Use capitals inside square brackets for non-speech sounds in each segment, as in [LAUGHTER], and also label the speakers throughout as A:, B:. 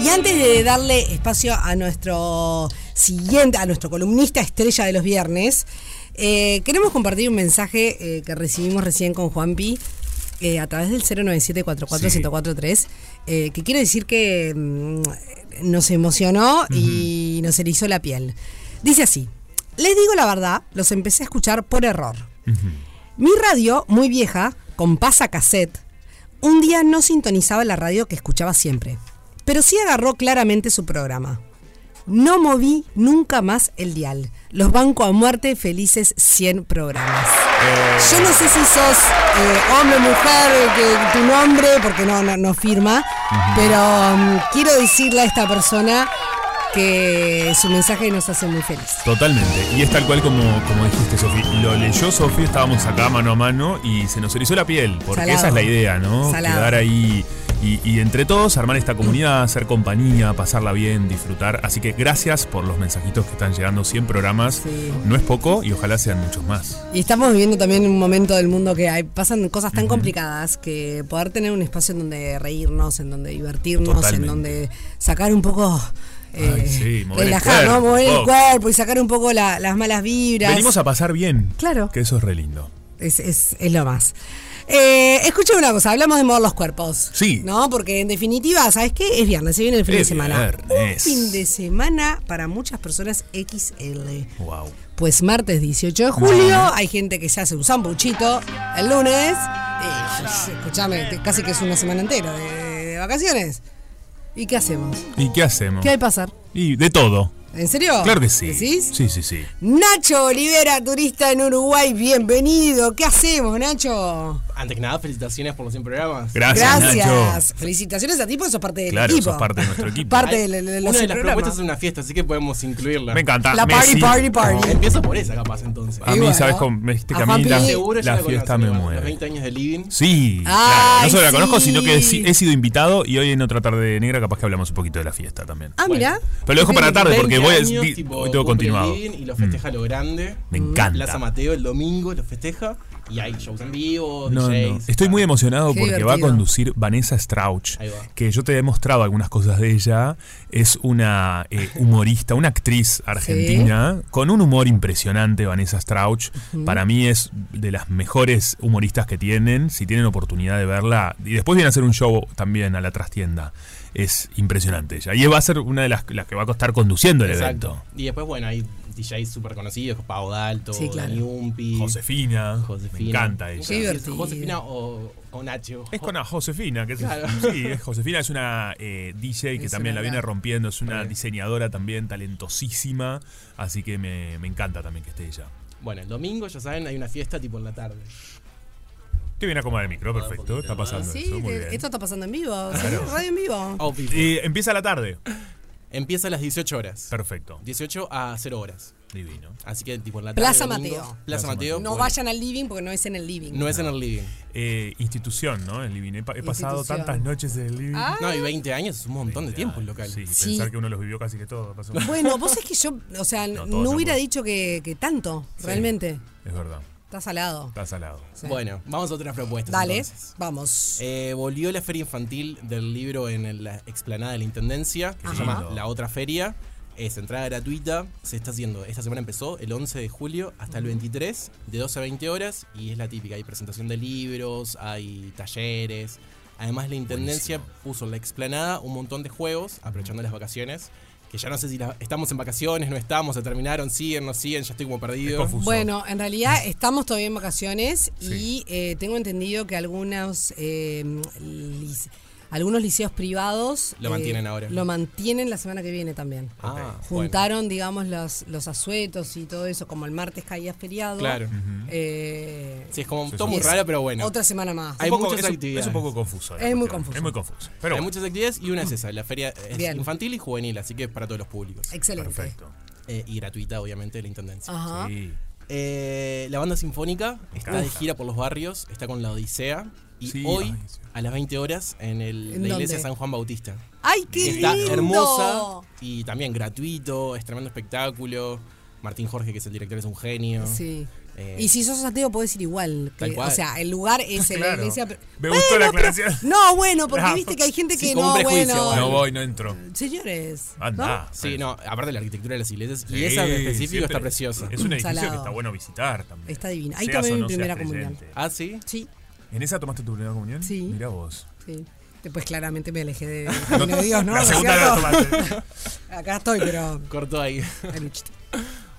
A: Y antes de darle espacio a nuestro siguiente, a nuestro columnista estrella de los viernes, eh, queremos compartir un mensaje eh, que recibimos recién con Juanpi eh, a través del 097-44-1043, eh, que quiere decir que mm, nos emocionó y nos erizó la piel. Dice así, les digo la verdad, los empecé a escuchar por error. Mi radio, muy vieja, con pasa cassette, un día no sintonizaba la radio que escuchaba siempre, pero sí agarró claramente su programa. No moví nunca más el dial. Los banco a muerte felices 100 programas. Yo no sé si sos eh, hombre, mujer, que, tu nombre, porque no, no, no firma, pero mm, quiero decirle a esta persona que su mensaje nos hace muy felices.
B: Totalmente. Y es tal cual como, como dijiste, Sofi. Lo leyó Sofi, estábamos acá mano a mano y se nos erizó la piel. Porque
A: Salado.
B: esa es la idea, ¿no?
A: Salado. Mm.
B: Quedar ahí y, y entre todos armar esta comunidad, hacer compañía, pasarla bien, disfrutar. Así que gracias por los mensajitos que están llegando. 100 programas.
A: Sí.
B: No es poco y ojalá sean muchos más.
A: Y estamos viviendo también un momento del mundo que hay, pasan cosas tan complicadas que poder tener un espacio en donde reírnos, en donde divertirnos, en
B: Totalmente.
A: donde sacar un poco, eh,
B: Ay, sí, mover el
A: relajar, ¿no?
B: cuerpo,
A: mover el
B: oh.
A: cuerpo y sacar un poco la- las malas vibras.
B: Venimos a pasar bien.
A: Claro.
B: Que eso es re lindo.
A: Es, es- es lo más. Eh, escucha una cosa, hablamos de mover los cuerpos.
B: Sí.
A: ¿No? Porque en definitiva, ¿sabes qué? Es viernes, se viene el fin de
B: Es
A: semana. Un
B: viernes.
A: fin de semana para muchas personas XL.
B: Wow.
A: Pues martes 18 de julio, hay gente que se hace un sambuchito el lunes.
B: Ah.
A: eh, escuchame, te- casi que es una semana entera de, de vacaciones. ¿Y qué hacemos?
B: ¿Y qué hacemos?
A: ¿Qué hay que pasar?
B: Y de todo.
A: ¿En serio?
B: Claro que sí.
A: ¿Decís?
B: Sí, sí, sí.
A: Nacho Olivera, turista en Uruguay, bienvenido. ¿Qué hacemos, Nacho?
C: Antes que nada, felicitaciones por los 100 programas.
B: Gracias, Nacho.
A: Felicitaciones a ti porque sos parte del
B: Claro,
A: equipo.
B: sos parte
A: [LAUGHS]
B: de nuestro equipo.
A: Parte
C: Hay-
A: de, de- de los
C: Una de las
A: programas.
C: propuestas es una fiesta, así que podemos incluirla.
B: Me encanta.
A: La party,
B: Messi.
A: party, party.
C: Empiezo por esa, capaz, entonces.
B: A
A: Y
B: mí,
A: bueno,
B: ¿sabes cómo? Me dijiste que a mí
A: a
B: la,
A: Juanpi-
C: Seguro ya
B: la
C: la
B: fiesta
C: conocen,
B: me
C: igual, Los
B: mueve.
C: 20 años de living.
A: Ay,
B: Sí, claro. no solo la
A: sí.
B: conozco, sino que he he sido invitado y hoy en otra tarde negra capaz que hablamos un poquito de la fiesta también.
A: Ah, mirá.
B: Pero lo dejo para la tarde porque
C: 20
B: voy a,
C: años,
B: di-
C: tipo,
B: hoy tengo
C: cumple
B: continuado.
C: living Y lo festeja a lo grande.
B: Me encanta.
C: Plaza Mateo el domingo lo festeja. Y hay shows en vivo,
B: No, no.
C: DJs.
B: Estoy muy emocionado
A: Qué
B: porque va a
A: divertido.
B: conducir Vanessa Strauch,
C: Ahí va.
B: que yo te he mostrado algunas cosas de ella. Es una eh, humorista, una actriz argentina con un humor impresionante, Vanessa Strauch. Para mí es de las mejores humoristas que tienen, si tienen oportunidad de verla. Y después viene a hacer un show también a la trastienda. Es impresionante ella. Y va a ser una de las, las que va a estar conduciendo el
C: Exacto.
B: evento.
C: Y después, bueno, hay DJs súper conocidos, Pau Dalto,
A: Sí, claro.
C: Dani Umpi.
B: Josefina.
C: Josefina.
B: Me encanta ella.
A: Qué divertido.
C: Josefina o, o Nacho.
B: Es con a Josefina, que es,
C: Claro.
B: sí, es- Josefina es una eh, DJ que
A: Es
B: también
A: una
B: la viene
A: gran-
B: rompiendo, es una
C: Sí.
B: diseñadora también talentosísima, así que me, me encanta también que esté ella.
C: Bueno, el domingo, ya saben, hay una fiesta tipo en la tarde.
B: Te viene a acomodar el micro, perfecto, está pasando
A: Sí,
B: eso, muy
A: te-
B: bien.
A: esto está pasando en vivo. sí, radio en vivo.
C: Oh, people.
B: Eh, empieza la tarde,
C: Empieza a las 18 horas.
B: perfecto,
C: 18 a 0 horas.
B: divino.
C: Así que tipo en la tarde.
A: Plaza
C: domingo,
A: Mateo.
C: Plaza, Mateo.
A: No
C: bueno,
A: vayan al living porque no es en el living.
C: No es en el living.
B: Eh, institución, ¿no? El living. He, pa- he pasado
A: Institución.
B: tantas noches en el living.
A: Ah,
C: No, y 20 años es un montón de tiempo el local.
B: Sí,
A: Sí.
B: pensar que uno los vivió casi que todos. pasó.
A: Bueno, vos es que yo, o sea, no,
B: No, todos
A: hubiera
B: tampoco.
A: dicho que, que tanto, realmente.
B: Es verdad,
A: Está salado.
B: está salado.
A: Sí.
C: Bueno, vamos a otras propuestas.
A: Dale,
C: entonces.
A: vamos.
C: Eh, volvió la feria infantil del libro en el- la explanada de la Intendencia, que
B: Ajá.
C: se llama
B: lindo.
C: La Otra Feria. Es entrada gratuita, se está haciendo, esta semana empezó el 11 de julio hasta el 23, de 12 a 20 horas, y es la típica, hay presentación de libros, hay talleres. Además la Intendencia puso en la explanada un montón de juegos, aprovechando las vacaciones, que ya no sé si la- estamos en vacaciones, no estamos, se terminaron, siguen, no siguen, ya estoy como perdido.
B: confuso.
A: Bueno, en realidad estamos todavía en vacaciones
B: Sí.
A: y eh, tengo entendido que algunos, eh, lice- algunos liceos privados... eh,
C: Lo mantienen ahora.
A: Lo mantienen la semana que viene también.
C: Ah, bueno.
A: Juntaron, digamos, los, los asuetos y todo eso, como el martes caía feriado.
C: Claro.
A: Eh,
C: Sí, es como
B: Sí,
C: todo
B: sí.
C: muy raro, pero bueno.
A: Otra semana más.
C: Hay
B: Un poco-
C: muchas
B: es un-
C: actividades.
B: Es un poco confuso. la
A: Es muy
B: cuestión,
A: confuso.
B: Es muy confuso. Pero
C: Hay
B: bueno,
C: muchas actividades y una es esa, la feria eh, es
A: Bien.
C: infantil y juvenil, así que es para todos los públicos.
A: Excelente.
B: perfecto.
C: Eh, y gratuita, obviamente, de la Intendencia.
A: Ajá.
B: Sí.
C: Eh, la banda sinfónica está de
B: encanta.
C: gira por los barrios, está con la Odisea. Y
B: Sí,
C: hoy,
B: ay, sí.
C: a las 20 horas, en el,
A: ¿En
C: la
A: dónde?
C: iglesia San Juan Bautista.
A: ¡Ay, qué
C: está
A: lindo!
C: hermosa y también gratuito, es tremendo espectáculo. Martín Jorge, que es el director, es un genio.
A: Sí.
C: Eh,
A: Y si sos ateo podés ir igual.
C: Tal
A: que-
C: cual.
A: O sea, el lugar es en la
B: Claro.
A: iglesia. pero-
B: Me gustó la
A: pero-
B: aclaración. Ah,
A: no, bueno, porque
B: No.
A: viste que hay gente
C: Sí,
A: que
C: como
A: no,
C: un prejuicio,
A: bueno.
B: No voy, no entro.
A: Señores.
B: Anda.
C: Sí, no, aparte de la arquitectura de las iglesias, y
B: Sí,
C: esa en específico
B: siempre.
C: está preciosa.
B: Es un edificio
A: Salado.
B: que está bueno visitar también.
A: Está divino. Ahí
B: Seas
A: tomé
B: o
A: mi
B: seas
A: primera comunión.
B: creyente.
C: Ah, sí.
A: ¿no? Sí,
B: ¿En esa tomaste tu primera comunión?
A: Sí.
B: Mira vos.
A: sí. Después claramente me alejé de,
B: [LAUGHS]
A: de Dios, ¿no? ¿No
B: La
A: es
B: segunda la
A: cierto?
B: tomaste.
A: Acá estoy, pero.
C: Cortó ahí. [LAUGHS]
A: ay, luchito.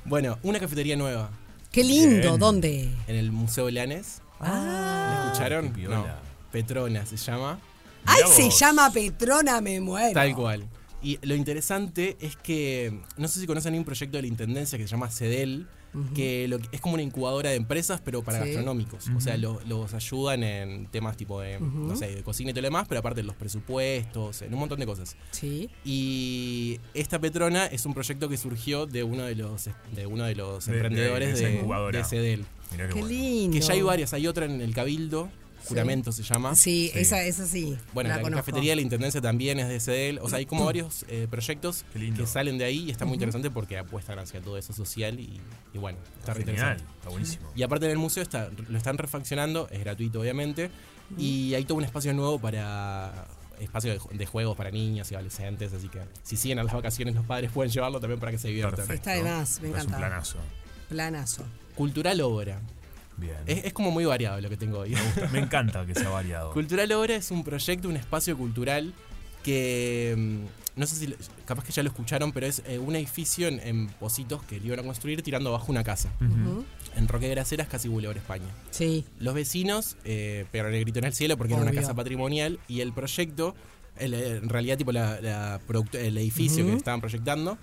C: Bueno, una cafetería nueva
A: Qué lindo,
B: Bien.
A: ¿dónde?
C: en el Museo Lanes.
A: Ah.
C: ¿La escucharon?
B: qué piola.
C: No. Petrona se llama.
A: [LAUGHS] Ay,
B: Mirá
A: se
B: vos.
A: llama Petrona, me muero.
C: Tal cual. Y lo interesante es que, no sé si conocen hay un proyecto de la Intendencia que se llama CEDEL, que lo que- es como una incubadora de empresas, pero para
A: Sí.
C: gastronómicos. O sea, lo- los ayudan en temas tipo de, no sé, de cocina y todo lo demás, pero aparte de los presupuestos, en un montón de cosas.
A: Sí.
C: Y esta Petrona es un proyecto que surgió de uno de los, de uno de los
B: De- de- de
C: emprendedores
B: esa
C: de,
B: incubadora.
C: de CEDEL.
B: Mirá qué
A: Qué
B: bueno.
A: lindo.
C: Que ya hay varias, hay otra en el Cabildo, Juramento se llama.
A: Sí,
B: Sí.
A: Esa, esa sí.
C: Bueno, la,
A: conozco.
C: cafetería de la Intendencia también es de CEDEL. O sea, hay como varios eh, proyectos
B: Qué lindo.
C: que salen de ahí y está muy interesante porque apuestan hacia todo eso social y, y bueno, está
B: Está
C: re
B: genial.
C: interesante.
B: Está buenísimo.
C: Y aparte en el museo está, lo están refaccionando, es gratuito obviamente, y hay todo un espacio nuevo para espacio de, ju- de juegos para niños y adolescentes, así que si siguen a las vacaciones los padres pueden llevarlo también para que se diviertan.
A: Está
B: Perfecto.
A: de más, me
B: Es un
A: encanta.
B: planazo.
A: Planazo.
C: Cultural obra.
B: Bien.
C: Es, es como muy variado lo que tengo hoy.
B: Me encanta que sea
C: [LAUGHS]
B: variado.
C: Cultural Obra es un proyecto, un espacio cultural que mm, no sé si lo- capaz que ya lo escucharon, pero es eh, un edificio en, en Positos que lo iban a construir tirando abajo una casa.
A: Ujú.
C: En Roque Graceras, casi Boulevard España.
A: Sí.
C: Los vecinos eh, pegaron el grito en el cielo porque era una
A: Obvio.
C: casa patrimonial y el proyecto, el- eh, en realidad tipo la- la producto- el edificio que estaban proyectando,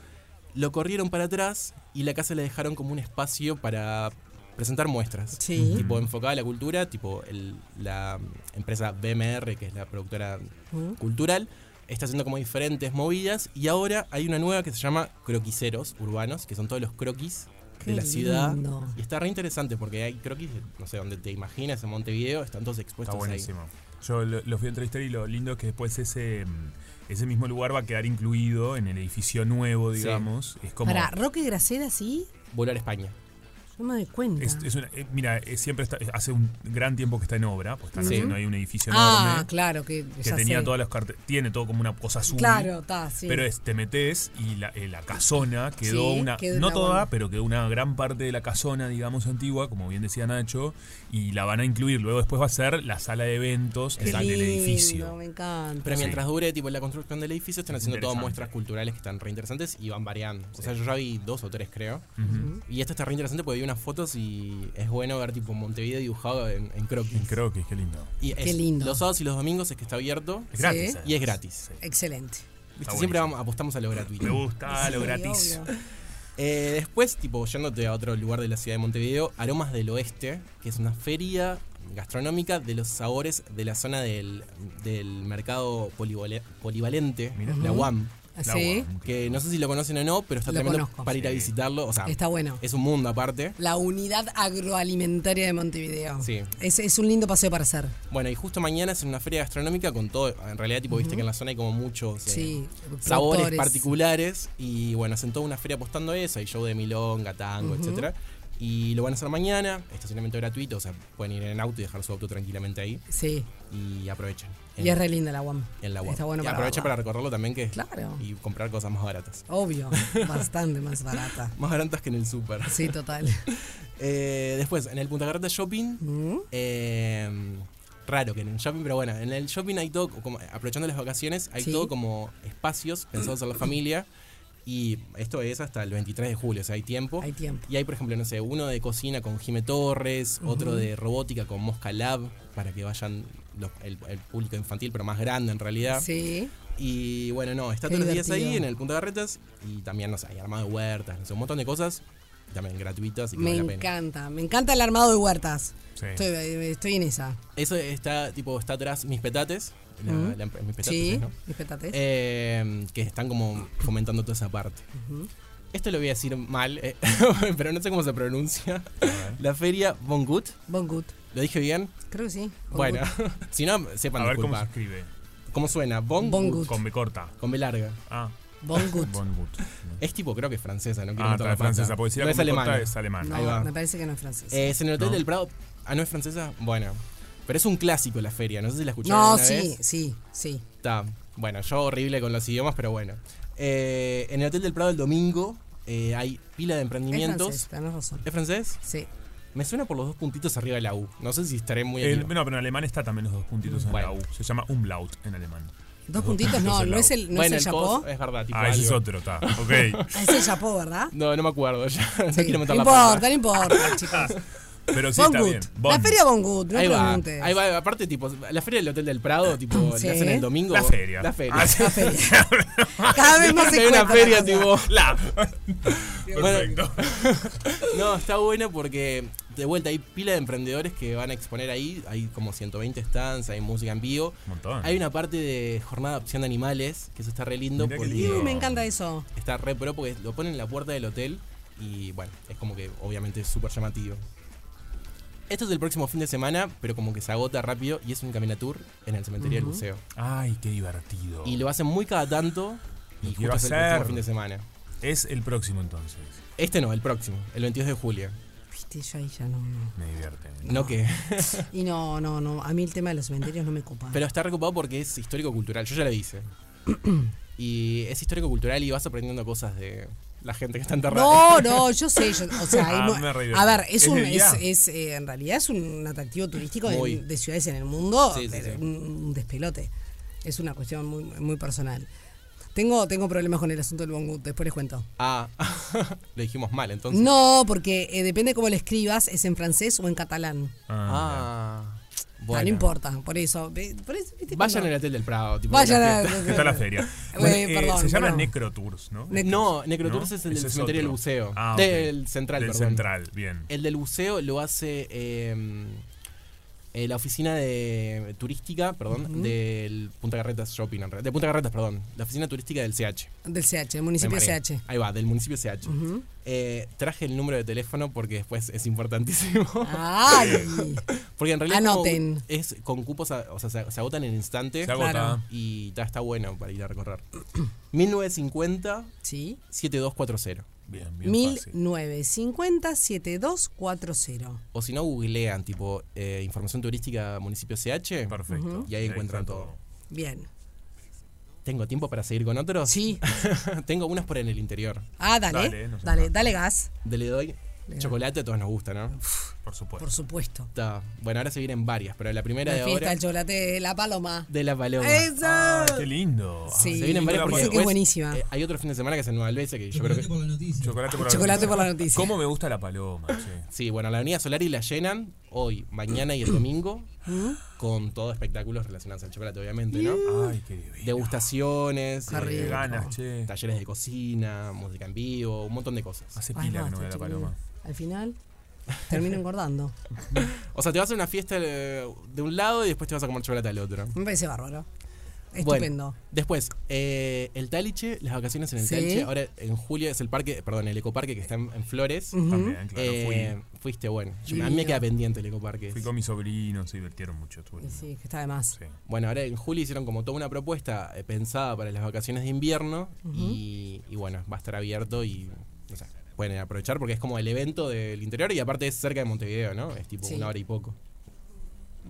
C: lo corrieron para atrás y la casa la dejaron como un espacio para presentar muestras
A: Sí.
C: tipo enfocada a la cultura, tipo el- la empresa BMR, que es la productora
A: Ujú.
C: cultural, está haciendo como diferentes movidas y ahora hay una nueva que se llama croquiseros urbanos, que son todos los croquis
A: Qué
C: de la ciudad.
A: lindo.
C: Y está re interesante porque hay croquis, de, no sé, donde te imaginas, en Montevideo, están todos expuestos
B: Está buenísimo. Yo lo, lo fui a entrevistar y lo lindo es que después ese, mm, ese mismo lugar va a quedar incluido en el edificio nuevo,
C: Sí.
B: digamos. Es como.
A: Para Roque Graceda, sí.
C: ahí. Volar a España.
A: No me doy cuenta.
B: es- es una- eh, mira, eh, siempre está, hace un gran tiempo que está en obra, pues están
C: Sí.
B: haciendo ahí un edificio
A: ah,
B: enorme.
A: claro, que,
B: Que
A: ya
B: tenía
A: sé.
B: todas las carte- Tiene todo como una cosa azul.
A: Claro, está, sí.
B: Pero es, te metes y la, eh, la casona quedó
A: Sí,
B: una.
A: quedó
B: no
A: una
B: toda,
A: buena.
B: pero quedó una gran parte de la casona, digamos, antigua, como bien decía Nacho, y la van a incluir. Luego después va a ser la sala de eventos
A: Qué
B: del del
A: lindo,
B: edificio.
A: Me encanta.
C: Pero
B: Sí.
C: mientras dure tipo la construcción del edificio, están
B: Es
C: haciendo todas
B: interesante.
C: muestras culturales que están re interesantes y van variando. O sea, yo ya vi dos o tres, creo.
B: Ujú.
C: Y esto está re interesante porque vi unas fotos y es bueno ver tipo Montevideo dibujado en, en croquis.
B: En croquis, qué lindo.
C: Y
A: Qué
C: es
A: lindo.
C: Los sábados y los domingos es que está abierto.
B: Es gratis. ¿eh?
A: Sí.
B: además.
C: Y es gratis.
A: Excelente.
C: Viste,
B: buenísimo.
C: siempre vamos- apostamos a lo gratuito.
B: Me gusta lo
A: Sí,
B: gratis.
A: obvio.
C: Eh, después, tipo, yéndote a otro lugar de la ciudad de Montevideo, Aromas del Oeste, que es una feria gastronómica de los sabores de la zona del, del mercado polivale- polivalente,
B: Mirá.
C: la UAM.
A: Ah,
B: La
A: Sí,
B: UAM,
C: Que no sé si lo conocen o no, pero está
A: Lo
C: tremendo
A: conozco.
C: para ir a
B: Sí.
C: visitarlo. O sea,
A: está bueno.
C: es un mundo aparte.
A: La unidad agroalimentaria de Montevideo.
C: Sí.
A: Es, es un lindo paseo para hacer.
C: Bueno, y justo mañana es una feria gastronómica con todo. En realidad, tipo, viste que en la zona hay como muchos eh,
A: Sí,
C: sabores
A: productores.
C: particulares. Y bueno, hacen toda una feria apostando a eso. Hay show de milonga, tango, etcétera. Y lo van a hacer mañana. Estacionamiento gratuito. O sea, pueden ir en auto y dejar su auto tranquilamente ahí.
A: Sí.
C: Y aprovechen. En,
A: Y es re linda la UAM.
C: en la web.
A: Está bueno
C: y
A: para
C: aprovechen para
A: verla.
C: recordarlo también que
A: Claro.
C: y comprar cosas más baratas.
A: Obvio. Bastante más barata.
C: Más baratas que en
A: [LAUGHS]
C: el súper.
A: Sí, total.
C: Eh, después, en el Punta Carreta Shopping.
A: Mm.
C: eh, raro que en el shopping, pero bueno, en el shopping hay todo, como, aprovechando las vacaciones, hay
A: Sí.
C: todo como espacios pensados en la familia. Y esto es hasta el 23 de julio, o sea, hay tiempo.
A: Hay tiempo.
C: Y hay, por ejemplo, no sé, uno de cocina con Jime Torres, otro de robótica con Mosca Lab, para que vayan los- el, el público infantil, pero más grande en realidad.
A: Sí.
C: Y bueno, no, está
A: Qué
C: todos los días ahí
A: divertido.
C: en el Punta Garretas y también, no sé, hay armado de huertas, no sé, un montón de cosas, también gratuitas y que
A: Me
C: vale la pena.
A: encanta. Me encanta el armado de huertas.
B: Sí.
A: Estoy, eh, estoy en esa.
C: Eso está, tipo, está atrás mis petates. la-
A: Mm.
C: la empre- mis petates,
A: Sí.
C: ¿no?
A: Espétate.
C: Eh, que están como fomentando toda esa parte. Esto lo voy a decir mal, eh, [LAUGHS] pero no sé cómo se pronuncia. La feria Bongut.
A: Bongut.
C: ¿Lo dije bien?
A: Creo que sí. Bongut.
C: Bueno, [LAUGHS] si no, sepan
B: A ver cómo se
C: disculpar.
B: escribe.
C: ¿Cómo, suena? Bongut.
A: Bongut.
B: Con B corta.
C: Con B larga.
B: Ah,
A: Von
C: [LAUGHS]
A: Gut.
B: Von Gut.
C: Es tipo, creo que es francesa, no quiero
B: Ah,
C: meter la
B: está francesa,
C: pata.
B: porque si la
C: Eh, No es
B: comí corta,
C: alemana.
B: es alemana.
C: Ahí
A: No,
C: va.
A: me parece que no es francés.
C: Eh, es en el Hotel
B: No.
C: del Prado. Ah, ¿no es francesa? Bueno. Pero es un clásico la feria, no sé si la escucharon
A: no,
C: alguna
A: sí,
C: vez.
A: sí, sí.
C: Está. Bueno, yo horrible con los idiomas, pero bueno. Eh, en el Hotel del Prado el domingo eh, hay pila de
A: Es
C: emprendimientos.
A: francés, tenés razón.
C: ¿Es francés?
A: Sí.
C: Me suena por los dos puntitos arriba de la U. No sé si estaré muy
B: El-
C: activo.
B: no, pero en alemán está también los dos puntitos en
C: Bueno.
B: la U. Se llama Umlaut en alemán.
A: Dos puntitos,
C: [LAUGHS]
A: no, no es el, no
C: bueno, eh.
A: es el
C: cos
A: Japó.
C: es verdad, tipo
B: Ah, ese es
C: algo.
B: otro, está. Ok.
A: Ah, Es el Japó, ¿verdad?
C: [LAUGHS] No, no me acuerdo ya. No
A: Sí.
C: quiero
A: No
C: meter la
A: importa,
C: pata.
A: no
C: [LAUGHS]
A: importa, chicos.
B: Pero sí
A: Von
B: está
A: Gut.
B: bien.
A: La
B: Bonn.
A: feria Von Gut, no
C: ahí va.
A: preguntes.
C: Ahí va, aparte, tipo, la feria del Hotel del Prado,
A: [LAUGHS]
C: tipo,
A: Sí.
C: la hacen el domingo.
B: La feria.
C: La feria. [LAUGHS]
B: Ah, sí.
A: La feria. Cada vez más
C: Aparte
A: se
C: [LAUGHS] hay
A: cuenta
C: una
A: la
C: feria,
A: cosa.
C: tipo.
A: [LAUGHS]
B: La.
C: Bueno,
B: Perfecto.
C: No, está bueno porque de vuelta hay pila de emprendedores que van a exponer ahí. Hay como 120 stands, hay música en vivo.
B: Un montón.
C: Hay una parte de jornada de opción de animales, que eso está re lindo
B: Mirá qué
C: porque
B: lindo.
A: Uh, me encanta eso.
C: está re pro porque lo ponen en la puerta del hotel y bueno, es como que obviamente es súper llamativo. Esto es el próximo fin de semana, pero como que se agota rápido y es un caminatur en el cementerio del museo.
B: Ay, qué divertido.
C: Y lo hacen muy cada tanto
B: Lo
C: y
B: quiero
C: justo es el
B: hacer.
C: próximo fin de semana.
B: Es el próximo entonces.
C: Este no, el próximo, el 22 de julio.
A: Viste, yo ahí ya no, no.
B: Me divierte.
C: No que. [LAUGHS]
A: Y no, no, no. A mí el tema de los cementerios no me copa.
C: Pero está recopado porque es histórico-cultural, yo ya
B: [CLEARS THROAT]
C: lo hice. y es histórico-cultural y vas aprendiendo cosas de la gente que está enterrada.
A: no, no, yo sé, yo- o sea,
B: [LAUGHS] Ah,
A: ahí no-
B: me reí de
A: a ver,
B: eso.
A: es
B: ¿Es
A: un,
B: de
A: es,
B: día?
A: es, eh, en realidad es un atractivo turístico
C: Muy.
A: de, de ciudades en el mundo,
C: Sí, sí,
A: pero
C: sí.
A: Un, un despelote. Es una cuestión muy, muy personal. Tengo, tengo problemas con el asunto del bongo, después les cuento.
C: Ah, [LAUGHS] lo dijimos mal entonces.
A: No, porque eh, depende cómo lo escribas, es en francés o en catalán.
B: Ah,
C: Ah,
A: Ah,
C: bueno.
A: no importa, por eso. ve- por eso, ¿viste?
C: Vayan al
A: Cuando-
C: Hotel del Prado. Tipo,
A: Vayan
C: la
A: al-
C: fiesta.
B: ¿Qué tal la [LAUGHS] feria?
A: Eh,
B: Bueno, eh,
A: perdón,
B: se llama
A: perdón.
B: Necrotours, ¿no?
A: Nec-
C: No, Necrotours
B: ¿No?
C: es el
B: Ese
C: del cementerio del
B: otro.
C: buceo.
B: Ah, ok.
C: Del central,
B: Del
C: perdón.
B: central, bien.
C: El del buceo lo hace eh, eh, la oficina de turística, perdón, del Punta Carretas Shopping, en realidad. De Punta Carretas, perdón. La oficina turística del CH.
A: Del CH, del
C: Me
A: municipio
C: mareé.
A: CH.
B: [LAUGHS]
C: Ahí va, del municipio CH.
A: Ujú.
C: Eh, traje el número de teléfono porque después es importantísimo.
A: Ah. ¡Ay!
C: porque en realidad como
A: Anoten.
C: es con cupos, a- o sea, se, se agotan en instantes.
B: Se agota.
A: Claro.
C: Y ya está bueno para ir a recorrer. [CLEARS THROAT] 1950
A: Sí.
C: 7240.
B: Bien, bien. fácil.
A: 1950-7240.
C: O si no, googlean tipo eh, información turística municipio CH.
B: Perfecto.
C: Y ahí encuentran
B: está
C: todo.
A: Bien.
C: ¿Tengo tiempo para seguir con otros?
A: Sí.
C: [LAUGHS] Tengo unas por en el interior.
A: Ah, dale. Dale,
B: Dale, nos
A: dale,
B: encanta.
A: gas.
C: De le doy chocolate, a todos nos gusta, ¿no?
B: Por supuesto.
A: Por supuesto.
C: Está. Bueno, ahora se vienen varias, pero la primera
A: La
C: de
A: fiesta
C: ahora.
A: del chocolate de la paloma.
C: De la paloma.
A: ¡Eso!
B: Ah, qué lindo.
A: Sí.
C: Se vienen varias
B: Chocolate
C: porque
A: Dicen que es
C: después,
A: buenísima.
C: eh, hay otro fin de semana que es en Nueva Albesia que yo creo que.
B: Chocolate por la
A: Chocolate
B: noticia.
A: por la noticia.
B: ¿Cómo me gusta la paloma? Sí.
C: Sí, bueno, la Avenida Solari la llenan hoy, mañana y el domingo con todos espectáculos relacionados al chocolate, obviamente, ¿no?
B: Ay, qué divino.
C: Degustaciones,
A: Qué
C: eh,
B: Qué
A: rico.
B: ganas, che.
C: talleres de cocina, música en vivo, un montón de cosas.
B: Hace
A: Ay,
B: pila que
A: basta,
B: no veo la
A: chiquilín.
B: paloma.
A: Al final termino engordando.
C: O sea, te vas a una fiesta eh, de un lado y después te vas a comer chocolate al otro.
A: Me parece bárbaro.
C: Bueno,
A: Estupendo.
C: después, eh, el Taliche, las vacaciones en el
A: Sí.
C: Taliche. Ahora en julio es el parque, perdón, el ecoparque que está en, en Flores.
A: Ujú.
B: También, claro.
C: Eh,
B: Fui,
C: Fuiste bueno. Yo me- a mí me
A: Divino.
C: queda pendiente el ecoparque.
B: fui con mis sobrinos, se divirtieron mucho. Estuvo lindo.
A: Sí, que está de más.
B: Sí.
C: Bueno, ahora en julio hicieron como toda una propuesta eh, pensada para las vacaciones de invierno y, y bueno, va a estar abierto y no sé, pueden aprovechar porque es como el evento del interior y aparte es cerca de Montevideo, ¿no? Es tipo
A: Sí.
C: una hora y poco.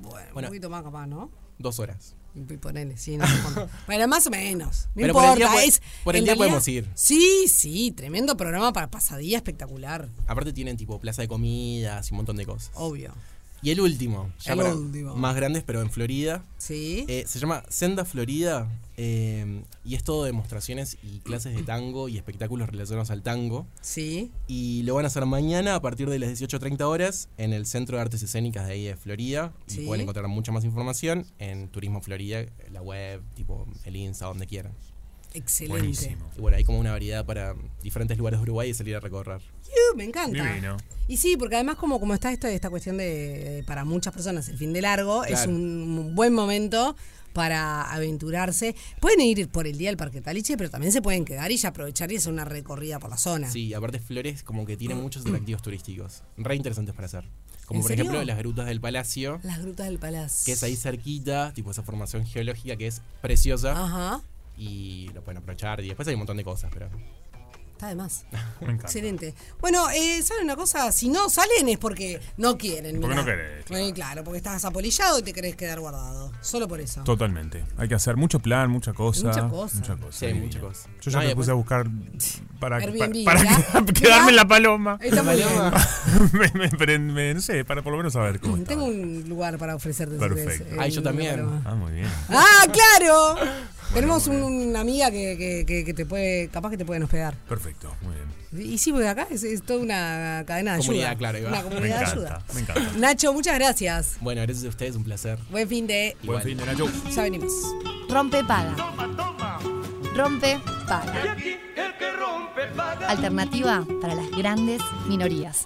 A: Bueno,
C: Bueno.
A: un poquito más capaz, ¿no?
C: Dos horas.
A: Y ponele, sí, no
C: [LAUGHS]
A: importa. Bueno, más o menos. No
C: Pero por el
A: importa.
C: día puede-
A: es,
C: por el
A: en
C: día
A: realidad-
C: podemos ir.
A: Sí, sí, tremendo programa para pasadía espectacular.
C: Aparte tienen tipo plaza de comidas y un montón de cosas.
A: Obvio.
C: Y el último, ya
A: El
C: para
A: último.
C: más grandes pero en Florida,
A: Sí.
C: eh, se llama Senda Florida eh, y es todo demostraciones y clases de tango y espectáculos relacionados al tango.
A: sí.
C: Y lo van a hacer mañana a partir de las 18.30 horas en el Centro de Artes Escénicas de ahí de Florida.
A: Sí.
C: Y pueden encontrar mucha más información en Turismo Florida, la web, tipo el Insta, donde quieran.
A: Excelente.
B: Buenísimo.
C: Y bueno, hay como una variedad para diferentes lugares de Uruguay y salir a recorrer.
A: Iu, me encanta.
B: Divino.
A: Y sí, porque además como, como está esto, esta cuestión de, para muchas personas, el fin de largo, es
C: Claro.
A: un buen momento para aventurarse. Pueden ir por el día al Parque Taliche, pero también se pueden quedar y ya aprovechar y hacer una recorrida por la zona.
C: Sí, aparte Flores como que tiene muchos atractivos turísticos, re interesantes para hacer. Como
A: ¿En
C: por
A: serio?
C: ejemplo las grutas del Palacio,
A: Las grutas del palacio. Ah.
C: que es ahí cerquita, tipo esa formación geológica que es preciosa.
A: Ajá.
C: y lo pueden aprovechar. Y después hay un montón de cosas, pero.
A: Está de
B: [LAUGHS]
A: más.
B: Me encanta.
A: Excelente. Bueno, eh, ¿saben una cosa? Si no salen es porque no quieren.
B: Porque
A: mirá.
B: no querés, claro.
A: Bueno, y claro, porque estás apolillado y te querés quedar guardado. Solo por eso.
B: Totalmente. Hay que hacer mucho plan, mucha cosa.
A: Mucha cosa.
B: Mucha cosa,
C: Sí,
B: divino.
C: mucha cosa.
B: Yo ya
C: No, y
B: me puse
C: después-
B: a buscar para,
A: Airbnb,
B: para, para
A: ¿verdad?
B: queda- [LAUGHS] quedarme en la paloma. [LAUGHS]
A: Está muy bien.
B: me, me prend- me- no sé, para por lo menos saber cómo está.
A: Tengo un lugar para ofrecerte. si
B: Perfecto.
A: querés,
C: Ay,
A: en
C: yo
A: la
C: también. [LAUGHS]
A: paloma.
B: Ah, muy bien.
A: ¡Ah, claro! Tenemos un- una amiga que, que- que- que te puede, capaz que te pueden hospedar.
B: Perfecto, muy bien.
A: Y sí, porque acá es, es toda una cadena de
C: Comunidad,
A: ayuda.
C: claro, ahí va.
A: Una
B: Me
A: comunidad de ayuda.
B: encanta, me encanta.
A: Nacho, muchas gracias.
C: [LAUGHS] Bueno, gracias a ustedes, un placer.
A: Buen fin de.
B: Buen
C: Igual.
B: fin de Nacho.
A: Ya venimos.
D: Rompe paga. Rompe paga. Alternativa para las grandes minorías.